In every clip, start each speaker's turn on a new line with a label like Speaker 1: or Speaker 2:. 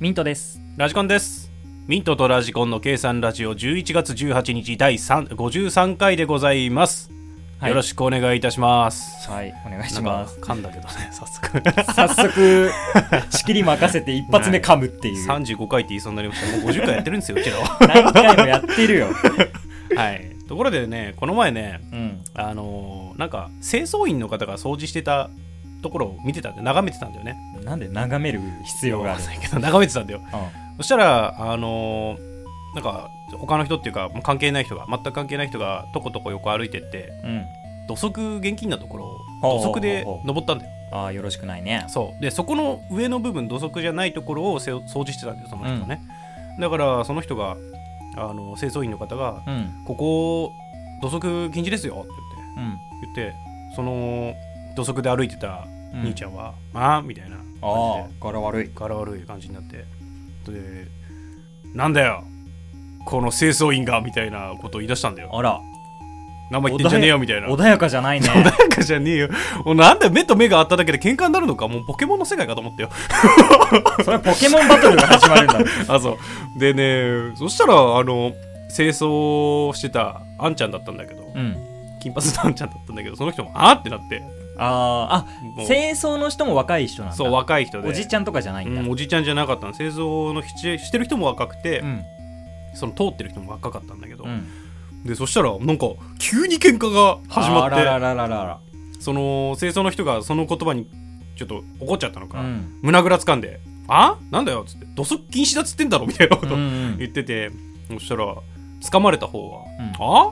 Speaker 1: ミントです。
Speaker 2: ラジコンです。ミントとラジコンの計算ラジオ11月18日第3 53回でございます、
Speaker 1: はい
Speaker 2: よろしくお願いいたします。
Speaker 1: はい、お願い
Speaker 2: な
Speaker 1: し
Speaker 2: ん
Speaker 1: ま
Speaker 2: か
Speaker 1: す。
Speaker 2: 噛んだけ どね、早速。
Speaker 1: 早 速、仕切り任せて一発目噛むって いう。
Speaker 2: 35回って言いそうになりました。もう50回 やってるんですよ、うちらは。
Speaker 1: 何回もやってるよ。
Speaker 2: はい。ところでね、この前ね、
Speaker 1: うん。
Speaker 2: あのーなんか清掃員の方が掃除してたところを見てたんで、眺めてたんだよね。
Speaker 1: なんで眺める必要がある
Speaker 2: わかんないけど、眺めてたんだよ。
Speaker 1: う
Speaker 2: そしたら、あのーなんか他の人っていうか、もう関係ない人が、全く関係ない人が、とことこ横歩いてって、
Speaker 1: ん。うん。
Speaker 2: 土足現金なところを
Speaker 1: ほうほう
Speaker 2: 土足
Speaker 1: ほ
Speaker 2: で
Speaker 1: うほう
Speaker 2: 登ったんだよ
Speaker 1: ああ、よろしくないね。
Speaker 2: そうでそこの上の部分土足じゃないところをせ掃除してたんだよその人がね、だからその人があの清掃員の方が
Speaker 1: うん。
Speaker 2: 「ここ土足禁止ですよ」って
Speaker 1: うん。
Speaker 2: 言って言ってその土足で歩いてた
Speaker 1: う
Speaker 2: 兄ちゃんは「ああ」みたいな
Speaker 1: ああ
Speaker 2: 感じ、
Speaker 1: 柄悪い
Speaker 2: で。柄悪い感じになってで「なんだよこの清掃員が」みたいなことを言い出したんだよ
Speaker 1: あら、
Speaker 2: 名前言ってんじゃねえよみたいな
Speaker 1: 穏やかじゃないね。
Speaker 2: なんかじゃねえよ。おなんだよ、目と目があっただけで喧嘩になるのか。もうポケモンの世界かと思ったよ。
Speaker 1: それはポケモンバトルが始まるん だろ。
Speaker 2: あ、そう。でね、そしたら、あの、清掃してたあんちゃんだったんだけど、
Speaker 1: うん。
Speaker 2: 金髪のあんちゃんだったんだけど、その人も、あーってなって、
Speaker 1: あー
Speaker 2: も
Speaker 1: あ、
Speaker 2: う
Speaker 1: 清掃の人も若い人なんだ。
Speaker 2: そう、若い人で。
Speaker 1: おじいちゃんとかじゃないんだ。
Speaker 2: うんおじいちゃんじゃなかったの製造のししてる人も若くて、
Speaker 1: うん。
Speaker 2: その通ってる人も若かったんだけど、
Speaker 1: うん。
Speaker 2: でそしたらなんか急に喧嘩が始まって
Speaker 1: あららららら
Speaker 2: その清掃の人がその言葉にちょっと怒っちゃったの
Speaker 1: ら。
Speaker 2: か、
Speaker 1: うん。
Speaker 2: 胸ぐらつかんで「あなんだよ」っつって「土足禁止だっつってんだろ」みたいなこ
Speaker 1: うん
Speaker 2: と
Speaker 1: う
Speaker 2: を
Speaker 1: ん
Speaker 2: 言ってて、そしたら掴まれた方は
Speaker 1: うん
Speaker 2: 「あ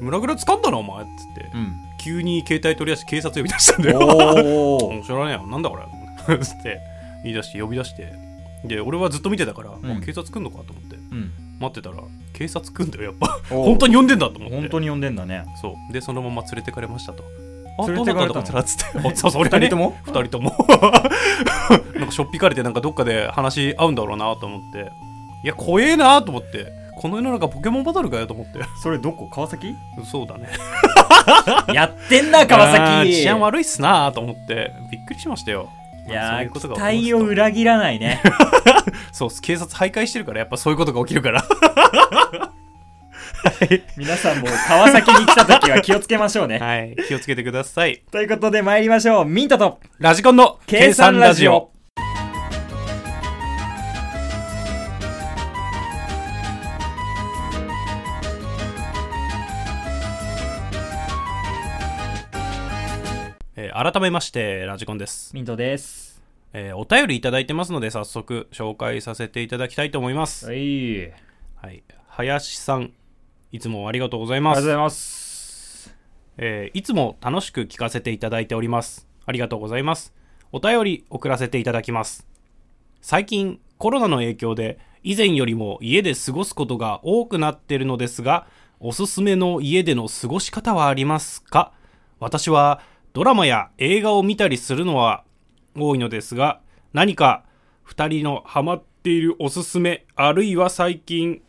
Speaker 2: 胸ぐらつかんだなお前」っつって、
Speaker 1: うん。
Speaker 2: 急に携帯取り出して警察呼び出したんだよ
Speaker 1: お
Speaker 2: 「
Speaker 1: お。
Speaker 2: 面白いねえよなんだこれ」 つって言い出して呼び出してで俺はずっと見てたから、
Speaker 1: ん
Speaker 2: あ警察来んのかと思って
Speaker 1: うん。
Speaker 2: 待ってたら警察来んだよやっぱ
Speaker 1: 本
Speaker 2: 本当に呼んでんだと思って
Speaker 1: 本当に呼んでんだね
Speaker 2: そうでそのまま連れてかれましたとあ
Speaker 1: 連れてかれたの
Speaker 2: どうなったんだこいつらっつって そうそう俺は
Speaker 1: 二
Speaker 2: ね
Speaker 1: 人とも
Speaker 2: 二人とも なんかしょっぴかれてなんかどっかで話し合うんだろうなと思っていや怖えなと思ってこの世の中ポケモンバトルかよと思って
Speaker 1: それどこ川崎
Speaker 2: そう だね
Speaker 1: やってんな川
Speaker 2: あー
Speaker 1: 崎
Speaker 2: 治安悪いっすなと思ってびっくりしましたよ
Speaker 1: いや
Speaker 2: そうい
Speaker 1: ー
Speaker 2: うこ
Speaker 1: 期
Speaker 2: とが起こりまし
Speaker 1: 待
Speaker 2: た
Speaker 1: を裏切らないね
Speaker 2: そう警察徘徊してるからやっぱそういうことが起きるから
Speaker 1: 皆さんも川崎に来た時 は気をつけましょうね
Speaker 2: はい気をつけてください
Speaker 1: ということで参りましょうミントと
Speaker 2: ラジコンの
Speaker 1: 計算ラジオ
Speaker 2: えー改めましてラジコンです
Speaker 1: ミントです
Speaker 2: えーお便りいただいてますので早速紹介させていただきたいと思います、
Speaker 1: はいあり
Speaker 2: はい、林さんいつもありがとうござい
Speaker 1: が
Speaker 2: ま
Speaker 1: とうご
Speaker 2: す
Speaker 1: ざいます
Speaker 2: えーいつも楽しく聞かせていただいておりますありがとうございますお便り送らせていただきます最近コロナの影響で以前よりも家で過ごすことが多くなっているのですがおすすめの家での過ごし方はありますか私はドラマや映画を見たりするのは多いのですが何か2人のハマっているおすすめあるいは最近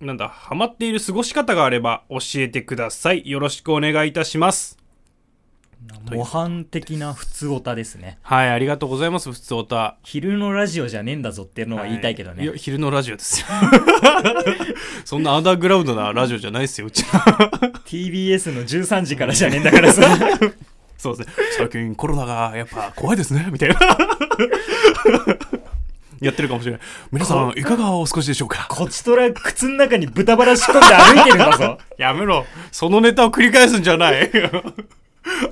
Speaker 2: なんだハマっている過ごし方があれば教えてくださいよろしくお願いいたします
Speaker 1: 模範的な普通オタですね
Speaker 2: はいありがとうございます普通おた
Speaker 1: 昼のラジオじゃねえんだぞっていうのは言いたいけどね、
Speaker 2: や昼のラジオですよ そんなアンダーグラウンドなラジオじゃないですようちは
Speaker 1: TBS の13時からじゃねえんだからさ
Speaker 2: そうですね最近コロナがやっぱ怖いですねみたいな やってるかもしれない皆さんいかがお過ごしでしょうか
Speaker 1: こちとら靴の中に豚バラ仕込んで歩いてるんだぞ
Speaker 2: やめろそのネタを繰り返すんじゃない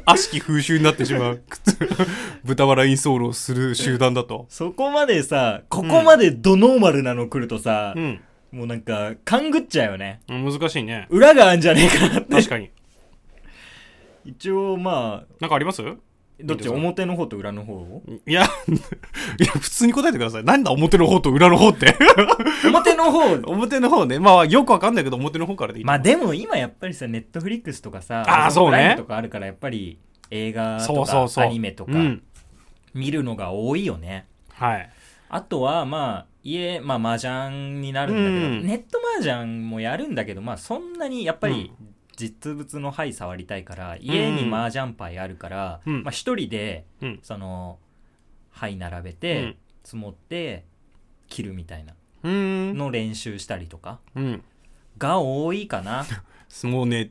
Speaker 2: 悪しき風習になってしまう 豚バラインソールをする集団だと
Speaker 1: そこまでさ、ここまでドノーマルなの来るとさ、
Speaker 2: うん
Speaker 1: もうなんか、勘ぐっちゃうよね。
Speaker 2: 難しいね
Speaker 1: 裏があんじゃねえかなって。
Speaker 2: 確かに
Speaker 1: 一応まあ、
Speaker 2: なんかあります
Speaker 1: どっち
Speaker 2: いいですか
Speaker 1: 表の方と裏の方を
Speaker 2: いや いや普通に答えてくださいなんだ表の方と裏の方って
Speaker 1: 表の方
Speaker 2: 表の方ねまあよくわかんないけど表の方からでいい
Speaker 1: まあでも今やっぱりさ、ネットフリックスとかさ、
Speaker 2: あー
Speaker 1: Amazon
Speaker 2: そうね
Speaker 1: プライムとかあるからやっぱり映画
Speaker 2: そ
Speaker 1: と
Speaker 2: うそう
Speaker 1: か
Speaker 2: そう
Speaker 1: アニメとか
Speaker 2: うん
Speaker 1: 見るのが多いよね。
Speaker 2: はい
Speaker 1: あとはまあ、家、まあ麻雀になるんだけど、
Speaker 2: うん
Speaker 1: ネット麻雀もやるんだけど、まあそんなにやっぱり
Speaker 2: う
Speaker 1: 実物の牌触りたいから、家に麻雀牌あるから、
Speaker 2: うん
Speaker 1: まあ一人で、
Speaker 2: うん
Speaker 1: その、牌並べて、
Speaker 2: うん
Speaker 1: 積もって、切るみたいな
Speaker 2: うーん
Speaker 1: の練習したりとか
Speaker 2: うん
Speaker 1: が多いかな
Speaker 2: もうね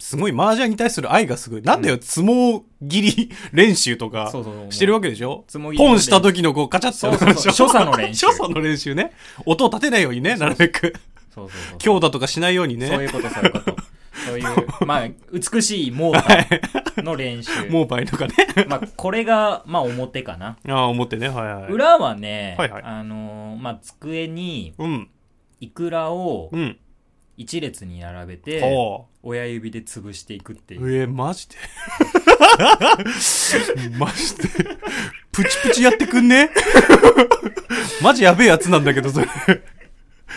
Speaker 2: すごい麻雀に対する愛がすごいなんだよ相撲切り練習とか
Speaker 1: そうそうそう
Speaker 2: してるわけでしょ
Speaker 1: 相撲切り
Speaker 2: ポンした時のこうカチャッと
Speaker 1: そうそうそう所作の練習
Speaker 2: 所作の練習ね音を立てないようにねなるべく
Speaker 1: そうそうそう
Speaker 2: 強打とかしないように
Speaker 1: そうい
Speaker 2: ね
Speaker 1: うことそういうことそう いうまあ美しいモーターの練習
Speaker 2: モーパイとかね
Speaker 1: まあこれがまあ表かな
Speaker 2: ああ思ってねはいはい
Speaker 1: 裏はね、
Speaker 2: はいはい
Speaker 1: あのーまあ、机に
Speaker 2: うん
Speaker 1: イクラを
Speaker 2: うん
Speaker 1: 一列に並べて、
Speaker 2: はあ
Speaker 1: 親指で潰していくっていう。
Speaker 2: えー、マ ジでマジでプチプチやってくん ねマジやべえやつなんだけどそれ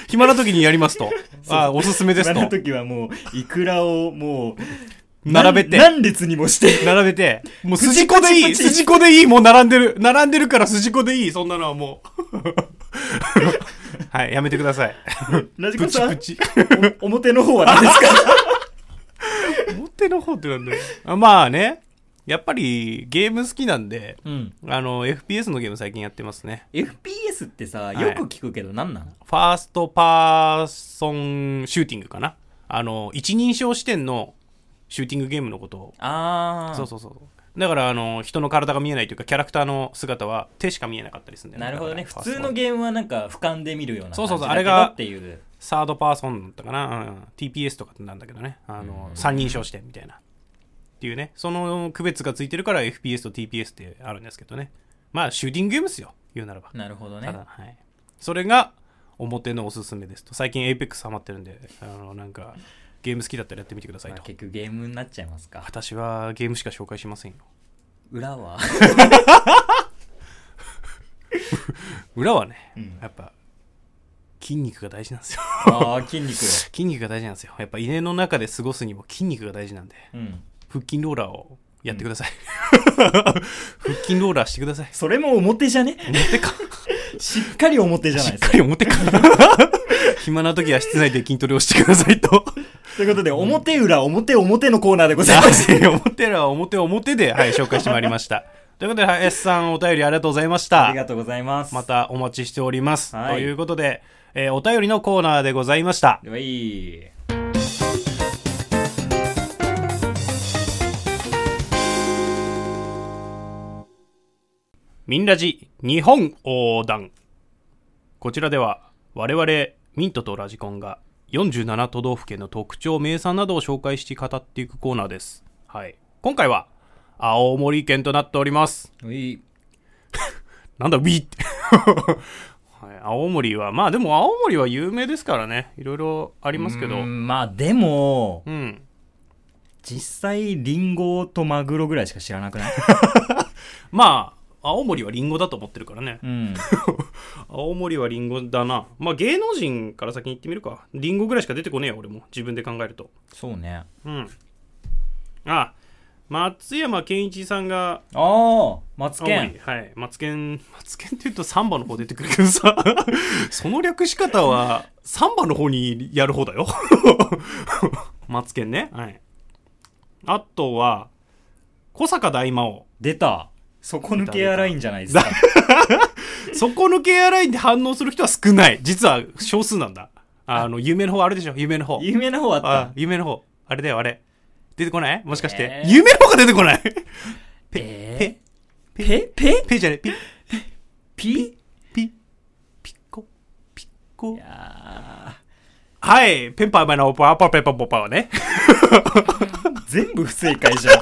Speaker 2: 暇な時にやりますとあーおすすめです
Speaker 1: あの
Speaker 2: と
Speaker 1: 時はもう、イクラをもう、
Speaker 2: 並べて
Speaker 1: 何何列にもして。
Speaker 2: 並べてもう
Speaker 1: プチ
Speaker 2: 筋
Speaker 1: プチ
Speaker 2: 子でいい
Speaker 1: プチ
Speaker 2: 筋子でいいもう並んでる並んでるから筋子でいいそんなのはも うはいやめてくだ さい
Speaker 1: ラジ
Speaker 2: プ
Speaker 1: コ
Speaker 2: チ
Speaker 1: さ
Speaker 2: プ
Speaker 1: ん、
Speaker 2: チ
Speaker 1: お 表の方は何です か
Speaker 2: 表の方ってなんだよあまあねやっぱりゲーム好きなんで
Speaker 1: うん。
Speaker 2: あの FPS のゲーム最近やってますね
Speaker 1: FPS ってさ、
Speaker 2: い
Speaker 1: よく聞くけど何なの、
Speaker 2: ファーストパーソンシューティングかな。あの、一人称視点のシューティングゲームのことを。
Speaker 1: あー。
Speaker 2: そうそうそう。だから、あの、人の体が見えないというか、キャラクターの姿は手しか見えなかったりするんだよ
Speaker 1: なるほどね。
Speaker 2: だか
Speaker 1: 普
Speaker 2: ら
Speaker 1: 通の
Speaker 2: ファースト
Speaker 1: ゲームはなんか俯瞰で見るような
Speaker 2: そ
Speaker 1: 感
Speaker 2: うそう
Speaker 1: じ
Speaker 2: そう
Speaker 1: だけど
Speaker 2: あれが
Speaker 1: っていう。
Speaker 2: サードパーソンだったかな、うん、TPS とかなんだけどね。あの、三人称視点みたいな。っていうね。その区別がついてるから FPS と TPS ってあるんですけどね。まあ、シューティングゲームですよ。言うならば。
Speaker 1: なるほど
Speaker 2: た
Speaker 1: ね
Speaker 2: だ。はい、それが表のおすすめですと最近 APEX ハマってるんであのなんかゲーム好きだったらやってみてください
Speaker 1: まあ
Speaker 2: と、
Speaker 1: 結局ゲームになっちゃいますか。
Speaker 2: 私はゲームしか紹介しませんよ
Speaker 1: 裏 は
Speaker 2: 裏はね、
Speaker 1: うん
Speaker 2: やっぱ筋肉が大事なんですよ
Speaker 1: ああ、筋肉。
Speaker 2: 筋肉が大事なんですよやっぱ家の中で過ごすにも筋肉が大事なんで
Speaker 1: うん。
Speaker 2: 腹筋ローラーをやってく ださい、腹筋ローラーしてください
Speaker 1: それも表じゃね
Speaker 2: 表か
Speaker 1: しっかり表じゃな
Speaker 2: し
Speaker 1: いで
Speaker 2: っ
Speaker 1: すか
Speaker 2: か。り表か 暇な時は室内で筋トレをしてくださいと
Speaker 1: ということで、表裏、表、表のコーナーでご ざいます。
Speaker 2: 表らは表表で、はい、紹介してまいりま した。ということで、林さんお便りありがとうございました。
Speaker 1: ありがとうございます。
Speaker 2: ま。たお待ちしております。
Speaker 1: はい
Speaker 2: ということで、えーお便りのコーナーでございました。
Speaker 1: ではいい。
Speaker 2: ミンラジ日本横断。こちらでは、我々ミントとラジコンが47都道府県の特徴、名産などを紹介して語っていくコーナーです。はい。今回は、青森県となっております。
Speaker 1: はい。
Speaker 2: なんだ、ウィーって。 はい、青森は、まあでも青森は有名ですからね。いろいろありますけど。うん,、
Speaker 1: まあ、でも、実際、リンゴとマグロぐらいしか知らなくない
Speaker 2: まあ、青森はリンゴだと思ってるからね
Speaker 1: う。ん。
Speaker 2: 青森はリンゴだな。まあ芸能人から先に行ってみるか。リンゴぐらいしか出てこねえよ、俺も。自分で考えると。
Speaker 1: そうね。
Speaker 2: うん。あ、松山健一さんが
Speaker 1: ああ、マツ
Speaker 2: 青
Speaker 1: ケ
Speaker 2: 森、
Speaker 1: ン。
Speaker 2: はい。松健、松健って言うとサンバの方出てくるけ どさ、その略し方はサンバの方にやる 方だよ。松健ね。はい。あとは、小坂大魔王。
Speaker 1: 出た。底抜けエアラインじゃないですか。
Speaker 2: 底抜けエアラインで反応する人は少ない。実は少数なんだ。あの、有名の方あるでしょ、有名の方。
Speaker 1: 有名な方あ
Speaker 2: あ
Speaker 1: っ、
Speaker 2: 有名の方。あれだよ、あれ。出てこないもしかして
Speaker 1: え。ー
Speaker 2: 有名の方が出てこない
Speaker 1: た。
Speaker 2: ペ
Speaker 1: えー、ペペ
Speaker 2: ペじゃねえ、ピ、
Speaker 1: ピ
Speaker 2: ピ、ピッコ、ピッコ
Speaker 1: い。や
Speaker 2: はい、ペンパーマイナーパーパーペンパーパーパーね。
Speaker 1: ー全部不正解 じゃん。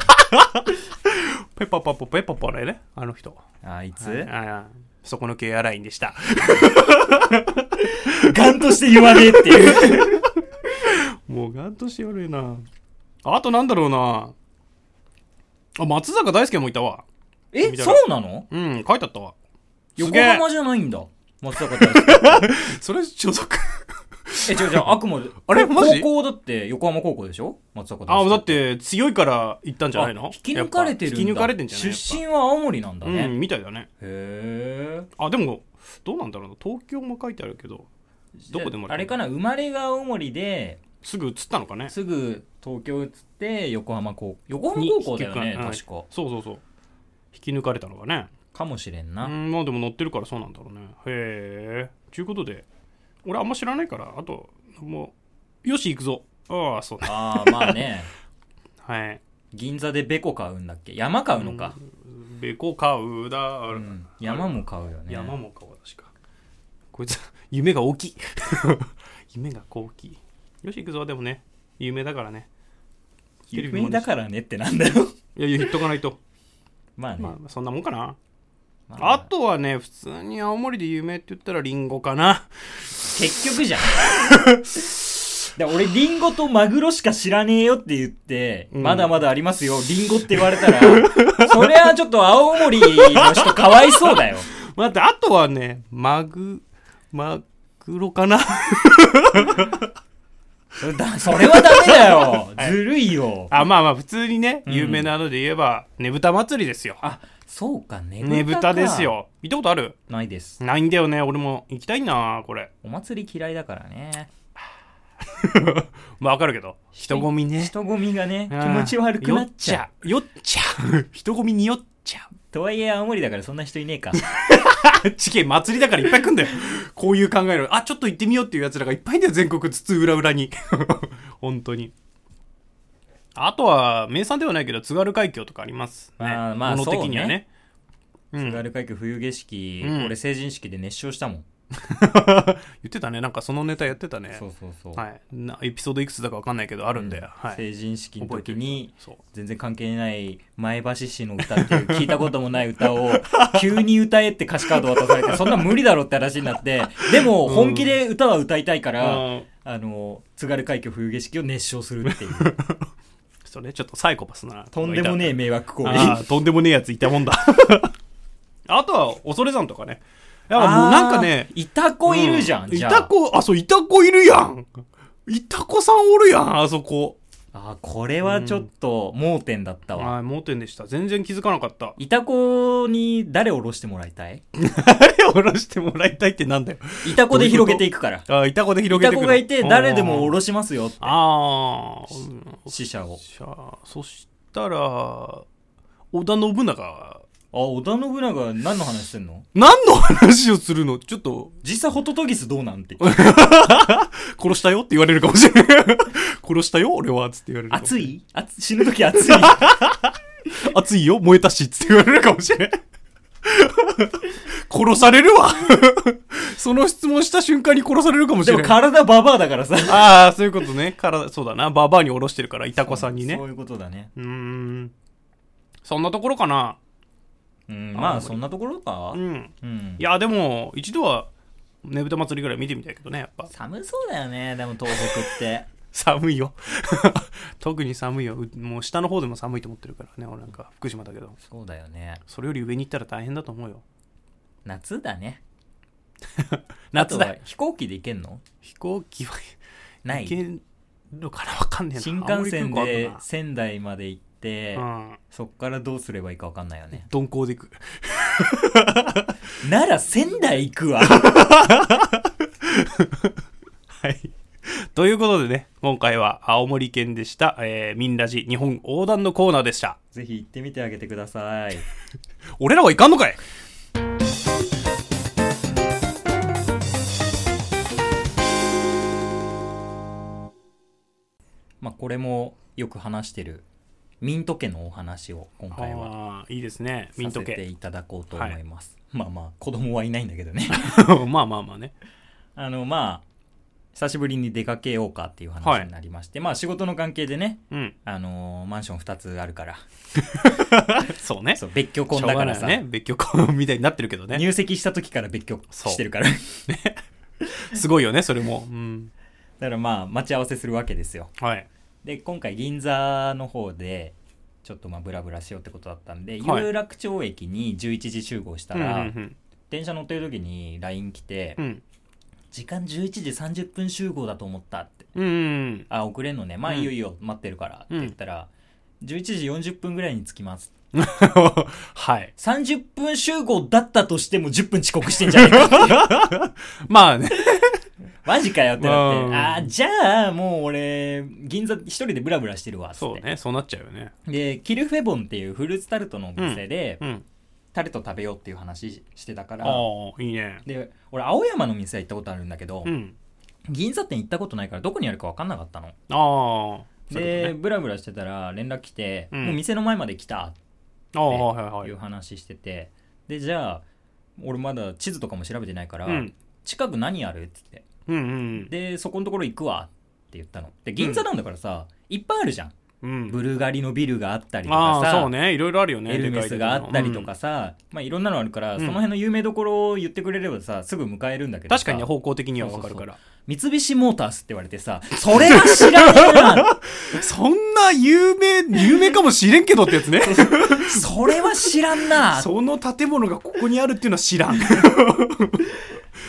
Speaker 2: ペンパーパーパーペンパーパーね。あの人。
Speaker 1: あいつ、
Speaker 2: ああ、そこの系アラインでした。
Speaker 1: ガンとして言わねえっていう。
Speaker 2: もうガンとして悪いな。あとなんだろうな。あ、松坂大輔もいたわ。
Speaker 1: え、そうなの
Speaker 2: うん、書いてあったわ。す
Speaker 1: 横
Speaker 2: げえ。
Speaker 1: 浜じゃないんだ。松坂大輔。
Speaker 2: それ所属。
Speaker 1: え、違う違 う、あくまで。
Speaker 2: あれ
Speaker 1: こ
Speaker 2: マジ
Speaker 1: 高校だって、横浜高校でしょ松坂、
Speaker 2: あ、だってて強いから行ったんじゃないの
Speaker 1: 引き抜かれてるんだ。
Speaker 2: やっぱ引き抜かれてんじゃないやっぱ
Speaker 1: 出身は青森なんだね。
Speaker 2: う
Speaker 1: へ
Speaker 2: ん、みたいだね。
Speaker 1: え。
Speaker 2: あ、でも、どうなんだろうな。東京も書いてあるけど、どこでも
Speaker 1: あれかな、生まれが青森で、
Speaker 2: すぐ移ったのかね。
Speaker 1: すぐ東京移って、横浜高校。横浜高校だよ
Speaker 2: に
Speaker 1: ね
Speaker 2: 引き、抜か
Speaker 1: 確か。
Speaker 2: そうそうそう。引き抜かれたのかね。
Speaker 1: かもしれんな、
Speaker 2: うんまあでも乗ってるからそうなんだろうねへえちゅうことで俺あんま知らないからあともうよし行くぞああそうね
Speaker 1: ああまあね
Speaker 2: はい
Speaker 1: 銀座でベコ買うんだっけ山買うのか、
Speaker 2: べこ買うだ、
Speaker 1: うん山も買うよね
Speaker 2: 山も買う確かこいつ夢が大きい 夢がこう大きいよし行くぞでもね有名だからねテレビもあるし
Speaker 1: 夢だからねってなんだよ
Speaker 2: いや言っとかな いと、
Speaker 1: まあね、
Speaker 2: まあそんなもんかな
Speaker 1: まあ
Speaker 2: あとはね普通に青森で有名って言ったらリンゴかな
Speaker 1: 結局じゃん で俺リンゴとマグロしか知らねえよって言って、
Speaker 2: うん
Speaker 1: まだまだありますよリンゴって言われたらそれはちょっと青森の人かわいそうだよ
Speaker 2: 待ってあとはねマグマグロかな
Speaker 1: それだそれはダメだ よ、ずるいよ
Speaker 2: あまあまあ普通にね
Speaker 1: うん
Speaker 2: 有名なので言えばねぶた祭りですよ
Speaker 1: あそうかね
Speaker 2: ねぶたですよ行ったことある
Speaker 1: ないです
Speaker 2: ないんだよね俺も行きたいなこれ
Speaker 1: お祭り嫌いだからね
Speaker 2: まあわかるけど人混みね
Speaker 1: 人混みがね気
Speaker 2: うん
Speaker 1: 持ち悪くなっちゃう
Speaker 2: 酔っちゃう酔っちゃう人混みに酔っちゃ
Speaker 1: とはいえ青森だからそんな人いねえか
Speaker 2: うちげえ祭りだからいっぱい来 んだよこういう考えのあちょっと行ってみようっていうやつらがいっぱいいんだよ全国津々浦々に 本当にあとは名産ではないけど津軽海峡とかありますね
Speaker 1: まあまあ
Speaker 2: もの的にはねう
Speaker 1: 津
Speaker 2: ん、
Speaker 1: 軽海峡冬景色、
Speaker 2: うん
Speaker 1: 俺成人式で熱唱したもん、
Speaker 2: 言ってたねなんかそのネタやってたね
Speaker 1: そうそうそう、
Speaker 2: はい、なエピソードいくつだかわかんないけどあるんで、はい、
Speaker 1: 成人式の時に
Speaker 2: そう
Speaker 1: 全然関係ない前橋市の歌っていう聞いたこともない歌 を急に歌えって歌詞カード渡されてそんな無理だろって話になってでも
Speaker 2: うん
Speaker 1: 本気で歌は歌いたいから、
Speaker 2: うん
Speaker 1: あの津軽海峡冬景色を熱唱するっていう
Speaker 2: それちょっとサイコパスな
Speaker 1: とんでもねえ迷惑行為
Speaker 2: あーとんでもねえやついたもんだ あとは恐山とかねいやもうなんかね
Speaker 1: あーいた子いるじゃん、
Speaker 2: うい
Speaker 1: じゃあ
Speaker 2: た子あそういた子いるやんいた子さんおるやんあそこ
Speaker 1: あーこれはちょっと盲点だったわ、
Speaker 2: はい盲点でした全然気づかな かった
Speaker 1: いた子に誰を下ろしてもらいたい
Speaker 2: 誰を下ろしてもらいたいってなんだよ
Speaker 1: いた子で広げていくから
Speaker 2: あいた子で
Speaker 1: い
Speaker 2: 広げ
Speaker 1: た
Speaker 2: てく
Speaker 1: 子
Speaker 2: る
Speaker 1: がいて誰でも下
Speaker 2: る
Speaker 1: ろしますよって
Speaker 2: あーうん
Speaker 1: 死者を
Speaker 2: じゃあそしたら織田信長
Speaker 1: あ織田信長は何の話してんの
Speaker 2: 何の話をするのちょっと
Speaker 1: 実際ホトトギスどう なんて
Speaker 2: 殺したよって言われるかもしれない 殺したよ俺はつって言われるかも
Speaker 1: 熱い熱死ぬ時 熱い
Speaker 2: 熱いよ燃えたしつって言われるかもしれない 殺されるわ その質問した瞬間に殺されるかもし
Speaker 1: で
Speaker 2: れ
Speaker 1: も
Speaker 2: ない
Speaker 1: 体ババアだからさ
Speaker 2: ああそういうことねからそうだなババアにおろしてるからいたこさんにね
Speaker 1: そういうことだね
Speaker 2: うーんそんなところかな
Speaker 1: うんまあそんなところか
Speaker 2: うん
Speaker 1: うん
Speaker 2: いやでも一度はねぶた祭りぐらい見てみたいけどねやっぱ
Speaker 1: 寒そうだよねでも東北って
Speaker 2: 寒いよ 特に寒いようもう下の方でも寒いと思ってるからね俺なんか福島だけど
Speaker 1: そうだよね
Speaker 2: それより上に行ったら大変だと思うよ
Speaker 1: 夏だね
Speaker 2: 夏
Speaker 1: あ
Speaker 2: だ
Speaker 1: とは飛行機で行けんの
Speaker 2: 飛行機は
Speaker 1: な
Speaker 2: 行け
Speaker 1: い
Speaker 2: んのかなわかんねえな
Speaker 1: 新幹線
Speaker 2: 青森
Speaker 1: で
Speaker 2: 空港あ
Speaker 1: 仙台まで行って、
Speaker 2: るなうん
Speaker 1: そっからどうすればいいか分かんないよね
Speaker 2: 鈍行で行く
Speaker 1: なら仙台行 くわ
Speaker 2: はいということでね今回は青森県でした、えー、ミンラジ日本横断のコーナーでした
Speaker 1: ぜひ行ってみてあげてください
Speaker 2: 俺らはいかんのかい
Speaker 1: まあこれもよく話してるミント家のお話を今回は
Speaker 2: あーいいですねミ
Speaker 1: さ
Speaker 2: ント
Speaker 1: せて
Speaker 2: 系
Speaker 1: いただこうと思います、まあまあ子供はいないんだけどね
Speaker 2: まあまあまあね
Speaker 1: あのまあ久しぶりに出かけようかっていう話になりまして、まあ仕事の関係でね
Speaker 2: うん
Speaker 1: あのーマンション2つあるから
Speaker 2: そうね
Speaker 1: そう別居婚だから
Speaker 2: しょ
Speaker 1: さ、
Speaker 2: うがないよね別居婚みたいになってるけどね
Speaker 1: 入籍した時から別居してるから だ
Speaker 2: すごいよね、それも。うん。
Speaker 1: からまあ待ち合わせするわけですよ
Speaker 2: はい。
Speaker 1: で今回銀座の方でちょっとまあブラブラしようってことだったんで、
Speaker 2: はい
Speaker 1: 有楽町駅に11時集合した
Speaker 2: うんう
Speaker 1: ら、
Speaker 2: ん
Speaker 1: 電車乗ってる時に LINE 来て、
Speaker 2: うん。
Speaker 1: 時間11時30分集合だと思ったって
Speaker 2: うん。うん。
Speaker 1: あ遅れんのねまあ
Speaker 2: うん
Speaker 1: いいよいいよ、待ってるからって言ったら、11時40分ぐらいに着きます
Speaker 2: はい。
Speaker 1: 30分集合だったとしても10分遅刻してんじゃね えかっていう
Speaker 2: まあね。
Speaker 1: マジかよってなっ
Speaker 2: うん
Speaker 1: てあーじゃあもう俺銀座一人でブラブラしてるわっつって
Speaker 2: そうね、そうなっちゃうよね。
Speaker 1: でキルフェボンっていうフルーツタルトのお店で、
Speaker 2: うん。
Speaker 1: タレと食べようっていう話してたか
Speaker 2: あ
Speaker 1: ら
Speaker 2: あいいね
Speaker 1: で俺青山の店は行ったことあるんだけど、
Speaker 2: うん
Speaker 1: 銀座店行ったことないからどこにあるか分かんなかったの
Speaker 2: ああそういう
Speaker 1: で
Speaker 2: こ
Speaker 1: ブラブラしてたら連絡来て、
Speaker 2: うん
Speaker 1: もう店の前まで来た
Speaker 2: とねああはいは
Speaker 1: と
Speaker 2: い
Speaker 1: いう
Speaker 2: はい
Speaker 1: 話しててでじゃあ俺まだ地図とかも調べてないから、
Speaker 2: うん
Speaker 1: 近く何あるっつって
Speaker 2: うんうん
Speaker 1: でそこのところ行くわって言ったので銀座なんだからさ、いっぱいあるじゃん
Speaker 2: うん
Speaker 1: ブルガリのビルがあったりと
Speaker 2: あ
Speaker 1: か
Speaker 2: あ
Speaker 1: さ
Speaker 2: そうねいろいろあるよね
Speaker 1: エルメスがあったりと
Speaker 2: でかい
Speaker 1: かさ、まあ、いろんなのあるから、
Speaker 2: ん
Speaker 1: その辺の有名どころを言ってくれればさすぐ迎えるんだけ
Speaker 2: うん
Speaker 1: ど
Speaker 2: 確
Speaker 1: さ
Speaker 2: かにね方向的にはわかるから
Speaker 1: 三菱モータースって言われてさそれは知らねえ な
Speaker 2: そんな有名有名かもしれんけどってや つね
Speaker 1: それは知らんな
Speaker 2: その建物がここにあるっていうのは知らん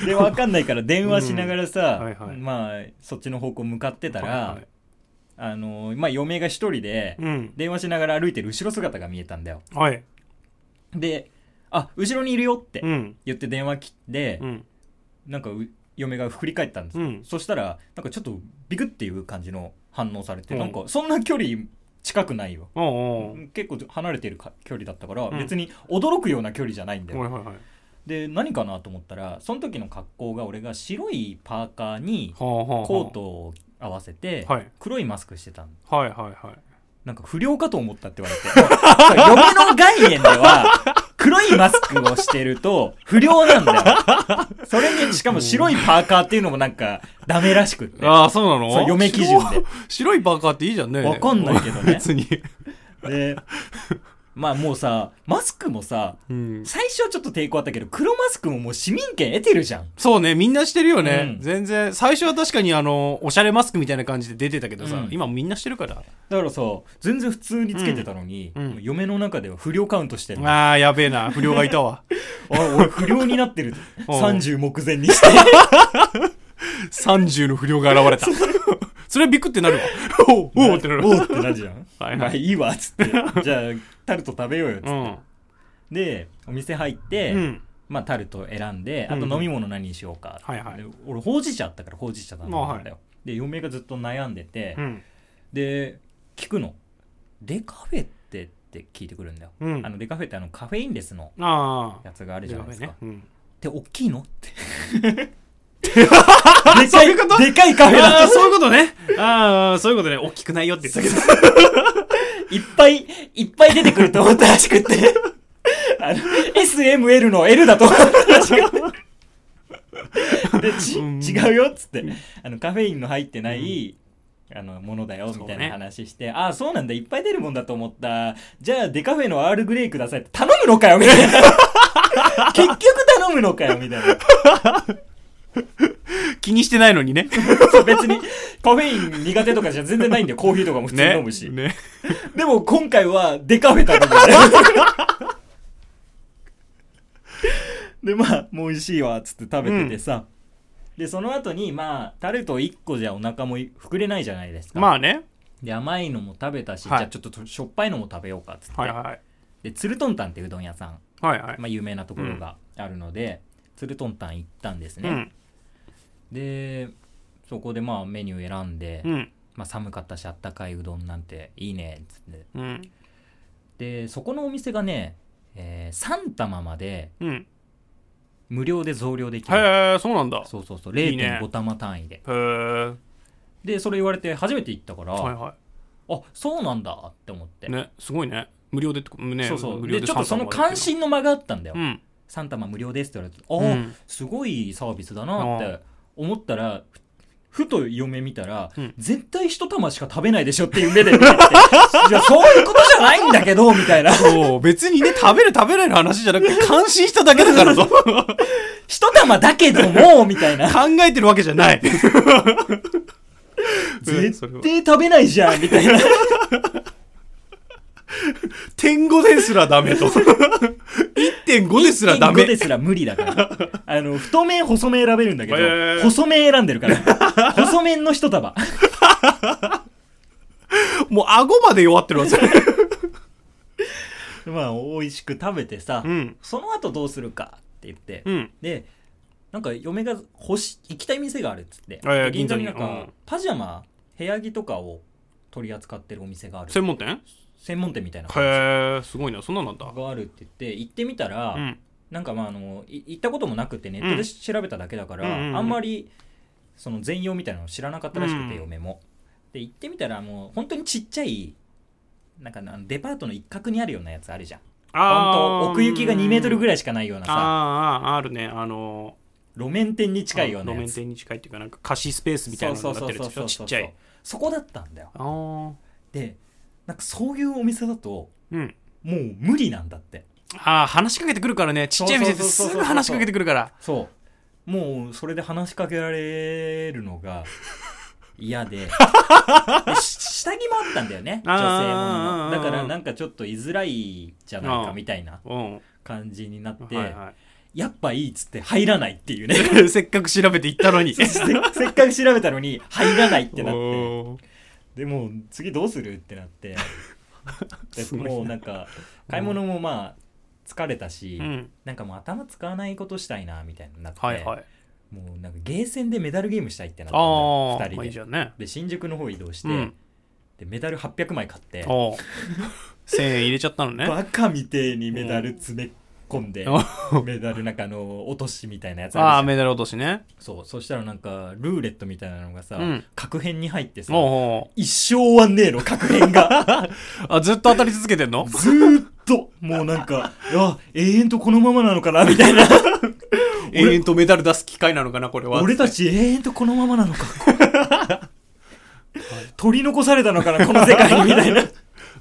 Speaker 1: でわかんないから電話しながらさ、
Speaker 2: うんはいはい
Speaker 1: まあそっちの方向向かってたら、
Speaker 2: はいはい
Speaker 1: あのまあ嫁が一人で
Speaker 2: うん
Speaker 1: 電話しながら歩いてる後ろ姿が見えたんだよ
Speaker 2: はい
Speaker 1: であ後ろにいるよって
Speaker 2: うん
Speaker 1: 言って電話切って、
Speaker 2: うん
Speaker 1: なんかう嫁が振り返ったんです、
Speaker 2: うん
Speaker 1: そしたらなんかちょっとビクっていう感じの反応されて、
Speaker 2: うん
Speaker 1: なんかそんな距離近くないよ
Speaker 2: おうおう
Speaker 1: 結構離れてるか距離だったから、
Speaker 2: うん
Speaker 1: 別に驚くような距離じゃないんだよ、
Speaker 2: はいはいはい
Speaker 1: で何かなと思ったらその時の格好が俺が白いパーカーに
Speaker 2: はあはあはあ
Speaker 1: コートを合わせて
Speaker 2: はい
Speaker 1: 黒いマスクしてたの
Speaker 2: はいはいはい
Speaker 1: なんか不良かと思ったって言われてそう嫁の概念で は黒いマスクをしてると不良なんだよそれにしかも白いパーカーっていうのもなんかダメらしくって
Speaker 2: ああ、そうなの
Speaker 1: そう嫁基準で
Speaker 2: 白白いバカっていいじゃんね。
Speaker 1: わかんないけどね
Speaker 2: 別に。
Speaker 1: でまあもうさマスクもさ
Speaker 2: うん。
Speaker 1: 最初はちょっと抵抗あったけど黒マスクももう市民権得てるじゃん
Speaker 2: そうね、みんなしてるよね。
Speaker 1: うん
Speaker 2: 全然。最初は確かにあの、おしゃれマスクみたいな感じで出てたけどさ、
Speaker 1: うん
Speaker 2: 今みんなしてるから。
Speaker 1: だからさ全然普通につけてたのに、
Speaker 2: うん
Speaker 1: もう嫁の中では不良カウントしてるあ
Speaker 2: ああ、やべえな。不良がい たわ。
Speaker 1: 俺不良になってる
Speaker 2: おう
Speaker 1: 30目前にして
Speaker 2: 30の不良が 現れた。それはビクってなるわ。おう おうってなる
Speaker 1: おうってなるじゃん
Speaker 2: はいはい
Speaker 1: まあいいわっつってじゃあタルト食べようよっつって、
Speaker 2: うん。
Speaker 1: でお店入って、
Speaker 2: うん。
Speaker 1: まあ、タルト選んであ
Speaker 2: うん
Speaker 1: と飲み物何にしようか、
Speaker 2: はいはい
Speaker 1: で俺ほうじ茶あったからほうじ茶頼んだんだよ、
Speaker 2: あは
Speaker 1: で嫁がずっと悩んでて、
Speaker 2: うん。
Speaker 1: で聞くの「デカフェって」って聞いてくるんだよ、
Speaker 2: うん
Speaker 1: あのデカフェってあのカフェインレスの
Speaker 2: ああ。
Speaker 1: やつがあるじゃないですか、
Speaker 2: やべえね。
Speaker 1: って大きいのって。 でかい、でかいカ
Speaker 2: う
Speaker 1: フ
Speaker 2: ん。
Speaker 1: ェ
Speaker 2: あ
Speaker 1: だ
Speaker 2: あ、そういうことね。ああ、そういうことね。大きくないよって言ってたけど。
Speaker 1: いっぱい、いっぱい出てくると思ったらしくて。あの、SML の L だと思ったらしくて。で、ち、
Speaker 2: うん
Speaker 1: 違うよっつって。あの、カフェインの入ってない、あの、ものだよ、みたい
Speaker 2: そうね
Speaker 1: な話して、ああ、そうなんだ、いっぱい出るもんだと思った。じゃあ、デカフェのアールグレイくださいって頼むのかよ、みたい な。結局頼むのかよ、みたいな。
Speaker 2: 気にしてないのに ね。
Speaker 1: そう別にカフェイン苦手とかじゃ全然ないんだよコーヒーとかも普通に
Speaker 2: ね。
Speaker 1: 飲むし、
Speaker 2: ね。
Speaker 1: でも今回はデカフェ食べて でまあもう美味しいわっつって食べててさ、でその後にまあタルト1個じゃお腹も膨れないじゃないですか、
Speaker 2: まあね。
Speaker 1: で甘いのも食べたし、
Speaker 2: はい
Speaker 1: じゃあちょっとしょっぱいのも食べようかっつって、
Speaker 2: はいはい。
Speaker 1: でツルトンタンってうどん屋さん、
Speaker 2: はいはい。
Speaker 1: まあ、有名なところがあるので、ツルトンタン行ったんです
Speaker 2: う
Speaker 1: ね、
Speaker 2: ん。
Speaker 1: でそこでまあメニュー選んで、
Speaker 2: うん。
Speaker 1: まあ、寒かったしあったかいうどんなんていいねっつって
Speaker 2: うん。
Speaker 1: でそこのお店がね、え3玉まで
Speaker 2: うん。
Speaker 1: 無料で増量できる
Speaker 2: へえ、そうなんだ。
Speaker 1: そうそうそう
Speaker 2: いいね
Speaker 1: 0.5玉単位で
Speaker 2: へえ。は
Speaker 1: でそれ言われて初めて行ったから、
Speaker 2: いは
Speaker 1: あそうなんだって思って、
Speaker 2: い。ね、すごいね。無料でってことね。
Speaker 1: そうそう
Speaker 2: 無
Speaker 1: で
Speaker 2: 料
Speaker 1: ちょっとその
Speaker 2: 参加もで
Speaker 1: 関
Speaker 2: き
Speaker 1: 心の間があったんだよ、
Speaker 2: るうん。
Speaker 1: 3玉無料ですって言われてあ
Speaker 2: う
Speaker 1: あ、
Speaker 2: ん
Speaker 1: すごいサービスだなって思ったらふふと嫁見たら、
Speaker 2: うん
Speaker 1: 絶対一玉しか食べないでしょっていう目で見てて いやそういうことじゃないんだけどみたいな
Speaker 2: そう、別にね、食べる食べないの話じゃな くて、感心しただけだからぞ。考
Speaker 1: 一玉だけどもみ たいな
Speaker 2: えてるわけじゃない。それ
Speaker 1: 絶
Speaker 2: は
Speaker 1: 対食べないじゃんみたいな
Speaker 2: 点5ですらダメ と。1.5ですらダ
Speaker 1: 1.5で
Speaker 2: メ。
Speaker 1: すら無理だから あの太麺細麺選べるんだけど、
Speaker 2: へー
Speaker 1: 細麺選んでるから 細麺の一束
Speaker 2: もう顎まで弱ってるわ、それ。
Speaker 1: まあ美味しく食べてさ、
Speaker 2: うん。
Speaker 1: その後どうするかって言って、
Speaker 2: うん。
Speaker 1: でなんか嫁が欲し行きたい店があるっつって、
Speaker 2: はいはい
Speaker 1: で銀座になん
Speaker 2: 銀座に
Speaker 1: か、
Speaker 2: うん
Speaker 1: パジャマ部屋着とかを取り扱ってるお店がある
Speaker 2: 専門店
Speaker 1: 専門店みたいな
Speaker 2: へえすごいなそんなのなんだ
Speaker 1: があるって言って行ってみたら、
Speaker 2: うん
Speaker 1: なんかまああのい行ったこともなくてネットで調べただけだから、
Speaker 2: うんうんうん
Speaker 1: あんまりその全容みたいなの知らなかったらしくて、
Speaker 2: うん
Speaker 1: 嫁もで行ってみたらもう本当にちっちゃいなんかあのデパートの一角にあるようなやつあるじゃん本当奥行きが2メートルぐ
Speaker 2: らい
Speaker 1: らいしかないようなさ
Speaker 2: あーあーあるねあの
Speaker 1: 路面店に近いような
Speaker 2: 路
Speaker 1: や
Speaker 2: 面
Speaker 1: つ
Speaker 2: 店に近いっていうかなんか貸しスペースみたいなのがあってるやつでしょちっちゃい
Speaker 1: そこだったんだよ
Speaker 2: ああ
Speaker 1: でなんかそういうお店だと
Speaker 2: うん
Speaker 1: もう無理なんだって
Speaker 2: ああ話しかけてくるからねちっちゃい店って
Speaker 1: そうそう
Speaker 2: す
Speaker 1: そうそう
Speaker 2: ぐ話しかけてくるから
Speaker 1: そうもうそれで話しかけられるの が嫌ででし下着もあったんだよね
Speaker 2: あー
Speaker 1: 女性もの
Speaker 2: あーあー
Speaker 1: だからなんかちょっと居づらいじゃないかみたいな
Speaker 2: うん
Speaker 1: 感じになって、
Speaker 2: はい は
Speaker 1: やっぱいいっつって入らないっていうね
Speaker 2: いせっかく調べて行ったのに
Speaker 1: せせっかく調べたのに入らないってなって
Speaker 2: おー
Speaker 1: でもう次どうするってなって
Speaker 2: す
Speaker 1: で
Speaker 2: ごいな
Speaker 1: もうなんか買い物もまあ疲れたし、
Speaker 2: うん
Speaker 1: なんかもう頭使わないことしたいなみたいになって、
Speaker 2: はいはい
Speaker 1: もうなんかゲーセンでメダルゲームしたいってなったんだよ2
Speaker 2: ああ
Speaker 1: 人で、
Speaker 2: まあいいじゃんね
Speaker 1: で新宿の方移動して、
Speaker 2: うん
Speaker 1: でメダル800枚買って
Speaker 2: おー1000円入れちゃった のね
Speaker 1: バカみてえにメダル詰め込んで、
Speaker 2: お
Speaker 1: メダルなんかあの落としみたいなやつ
Speaker 2: あ
Speaker 1: あるじ
Speaker 2: あ
Speaker 1: ゃん
Speaker 2: メダル落としね
Speaker 1: そうそしたらなんかルーレットみたいなのがさ、
Speaker 2: うん
Speaker 1: 角辺に入ってさ
Speaker 2: おうお
Speaker 1: 一生終わんねえの角辺が
Speaker 2: うあずっと当たり続けてんの
Speaker 1: ずーっともうなんかいや永遠とこのままなのかなみたいな
Speaker 2: 永遠とメダル出す機会なのかなこれは
Speaker 1: 俺たち永遠とこのままなのか 取り残されたのかなこの世界にみたいな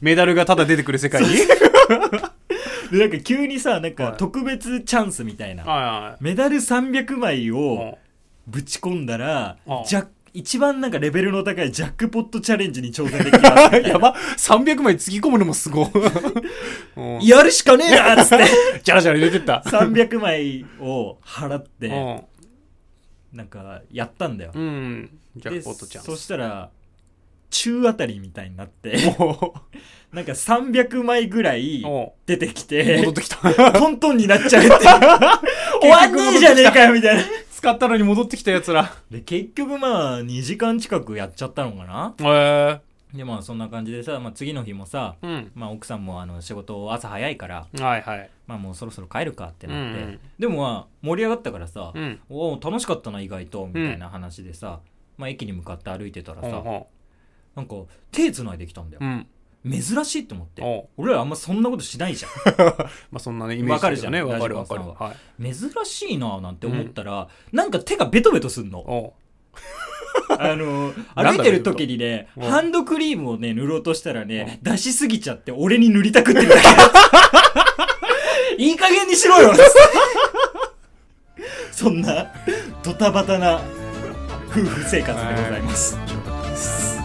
Speaker 2: メダルがただ出てくる世界に
Speaker 1: でなんか急にさなんか
Speaker 2: はい
Speaker 1: 特別チャンスみたいな、
Speaker 2: は
Speaker 1: メダル300枚
Speaker 2: いはい
Speaker 1: をぶち込んだら、
Speaker 2: うん
Speaker 1: ジャック一番なんかレベルの高いジャックポットチャレンジに挑戦できますみたいな
Speaker 2: やば !300 枚つぎ込むのもすごい。うん
Speaker 1: やるしかねえなっ つって
Speaker 2: じゃらじゃら入れてった。
Speaker 1: 300枚を払って
Speaker 2: う
Speaker 1: なんかやったんだよ
Speaker 2: ん。うん。ジャッ
Speaker 1: で
Speaker 2: クポットちゃん。
Speaker 1: そしたら中あたりみたいになって
Speaker 2: お
Speaker 1: なんか300枚ぐらい
Speaker 2: お
Speaker 1: 出てき
Speaker 2: 戻っててきた。
Speaker 1: トントンになっちゃうっていう 終わんねえじゃねえかよみたいな
Speaker 2: 使ったのに戻ってきたやつら。
Speaker 1: で結局まあ2時間近くやっちゃったのかな
Speaker 2: へえ。
Speaker 1: でまあそんな感じでさ、まあ、次の日もさ、
Speaker 2: うん。
Speaker 1: まあ、奥さんもあの仕事朝早いから、
Speaker 2: はいはい。
Speaker 1: まあ、もうそろそろ帰るかってなって、
Speaker 2: うんうん
Speaker 1: でもまあ盛り上がったからさ、
Speaker 2: うん。
Speaker 1: おお楽しかったな意外とみたいな話でさ、まあ、駅に向かって歩いてたらさ、
Speaker 2: お
Speaker 1: なんか手繋いできたんだよ
Speaker 2: う、ん。
Speaker 1: 珍しいと思って、
Speaker 2: おう
Speaker 1: 俺らあんまそんなことしない じゃん
Speaker 2: まあそんなね、イメージ
Speaker 1: わかるじゃん
Speaker 2: だよねわかる
Speaker 1: ラ
Speaker 2: わ
Speaker 1: ジ
Speaker 2: か
Speaker 1: オさ
Speaker 2: る。
Speaker 1: んは
Speaker 2: はい。
Speaker 1: 珍しいななんて思ったら、なんか手がベトベトすんの
Speaker 2: おう
Speaker 1: あ の、
Speaker 2: なん
Speaker 1: 歩
Speaker 2: だ
Speaker 1: いてる時にね、
Speaker 2: うん
Speaker 1: ハンドクリームをね、塗ろうとしたらね、出しすぎちゃって俺に塗りたくってるだ け。いい加減にしろよそんな、ドタバタな夫婦生活でございます。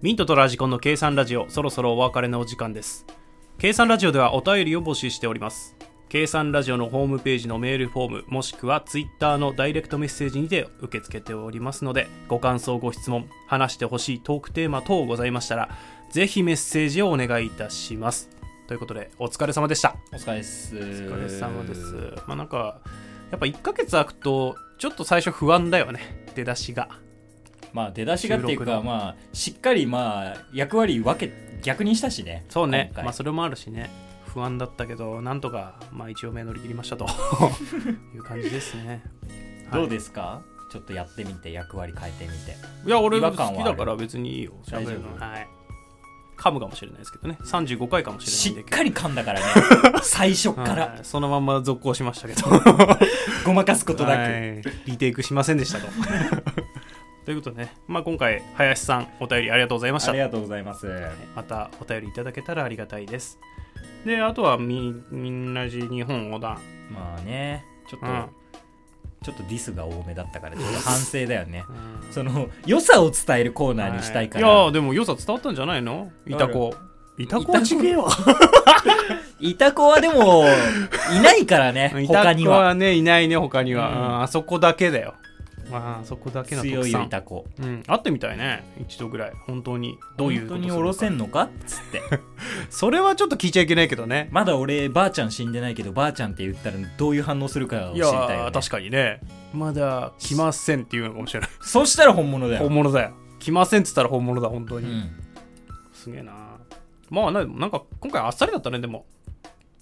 Speaker 2: ミントとラジコンの計算ラジオ、そろそろお別れのお時間です。計算ラジオではお便りを募集しております。計算ラジオのホームページのメールフォーム、もしくはツイッターのダイレクトメッセージにて受け付けておりますので、ご感想、ご質問、話してほしいトークテーマ等ございましたら、ぜひメッセージをお願いいたします。ということで、お疲れ様でした。
Speaker 1: お疲れです。お
Speaker 2: お疲れ様です。まあなんか、やっぱ1ヶ月空くと、ちょっと最初不安だよね、出だしが。
Speaker 1: まあ出だしがっていう
Speaker 2: 収録
Speaker 1: か、
Speaker 2: の
Speaker 1: まあ、しっかりまあ、役割分け、逆にしたしね。
Speaker 2: そうね
Speaker 1: 今、回
Speaker 2: まあ、それもあるしね不安だったけどなんとか、まあ、一応目乗り切り ましたという感じですね
Speaker 1: どうですかちょっとやってみて、役割変えてみて。
Speaker 2: いや俺
Speaker 1: 違
Speaker 2: 好
Speaker 1: 和
Speaker 2: き
Speaker 1: 感はある
Speaker 2: だから別にいいよ喋る
Speaker 1: 大
Speaker 2: の
Speaker 1: 丈夫
Speaker 2: はい噛むかもしれないですけどね35回かもし
Speaker 1: し
Speaker 2: れ
Speaker 1: っ
Speaker 2: ないんだけど
Speaker 1: かり噛んだ からね最初か
Speaker 2: は
Speaker 1: ら
Speaker 2: いそのまんま続行しましたけ ど
Speaker 1: ごまかすことなく、
Speaker 2: はいリテイクしませんで したとということでね、まあ、今回林さんお便りありがとうございました
Speaker 1: ありがとうございます
Speaker 2: またお便りいただけたらありがたいですであとはみみんなじ日本横断
Speaker 1: まあねちょっと、
Speaker 2: うん
Speaker 1: ちょっとディスが多めだったからちょっと反省だよね その良さを伝えるコーナーにしたいから、
Speaker 2: はい、いやーでも良さ伝わったんじゃないのいた子いた子は違えわ
Speaker 1: いた子はでもいないからね
Speaker 2: い
Speaker 1: 他
Speaker 2: た
Speaker 1: に
Speaker 2: 子
Speaker 1: は
Speaker 2: はねいないね他には、
Speaker 1: うん
Speaker 2: うんあそこだけだよああそこだけの
Speaker 1: 強
Speaker 2: 特
Speaker 1: いイ
Speaker 2: 産
Speaker 1: タコ
Speaker 2: うん、会ってみたいね一度ぐらい本当にどういう
Speaker 1: 本当
Speaker 2: ことする
Speaker 1: に
Speaker 2: の
Speaker 1: おろせ
Speaker 2: か
Speaker 1: んのかっつって
Speaker 2: それはちょっと聞いちゃいけないけどね
Speaker 1: まだ俺ばあちゃん死んでないけどばあちゃんって言ったらどういう反応するかを知
Speaker 2: い
Speaker 1: り
Speaker 2: や
Speaker 1: たいよ、ね、
Speaker 2: ー確かにねまだ来ませんっていうのかもしれない
Speaker 1: そしたら本物だよ
Speaker 2: 本、物だよ来ませんっつったら本物だ本当
Speaker 1: う
Speaker 2: に、
Speaker 1: ん、
Speaker 2: すげえなまあななんか今回あっさりだったねでも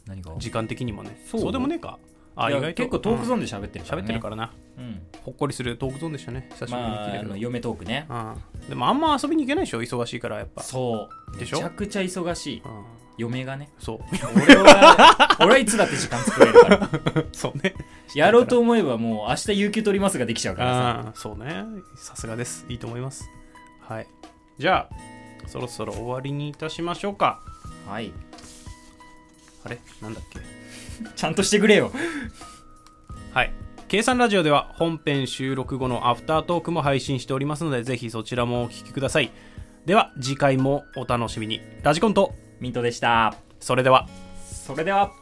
Speaker 1: 何が
Speaker 2: 時間的にもねそ
Speaker 1: そうう
Speaker 2: でもねえかあ
Speaker 1: い
Speaker 2: 意
Speaker 1: や
Speaker 2: 外と
Speaker 1: 結構トークゾー
Speaker 2: ン
Speaker 1: ンで喋ってるから、
Speaker 2: 喋
Speaker 1: ね
Speaker 2: ってるからな
Speaker 1: うん
Speaker 2: ほっこりするトークゾーンでしたね久しぶりに
Speaker 1: ま
Speaker 2: 聞い
Speaker 1: あ
Speaker 2: た
Speaker 1: あ
Speaker 2: けど、
Speaker 1: の嫁トークね
Speaker 2: うんでもあんま遊びに行けないでしょ忙しいからやっぱ、
Speaker 1: そう
Speaker 2: で
Speaker 1: め
Speaker 2: しょ
Speaker 1: ちゃくちゃ忙しい
Speaker 2: うん、
Speaker 1: 嫁がね
Speaker 2: そう
Speaker 1: 俺は俺はいつだって時間作れるから
Speaker 2: そうね
Speaker 1: やろうと思えばもう明日有給取りますができちゃうからさ
Speaker 2: ああそうねさすがですいいと思いますはいじゃあそろそろ終わりにいたしましょうか
Speaker 1: はい
Speaker 2: あれなんだっけ
Speaker 1: ちゃんとしてくれよ
Speaker 2: はい計算ラジオでは本編収録後のアフタートークも配信しておりますのでぜひそちらもお聞きくださいでは次回もお楽しみにラジコンと
Speaker 1: ミントでした
Speaker 2: それでは
Speaker 1: それでは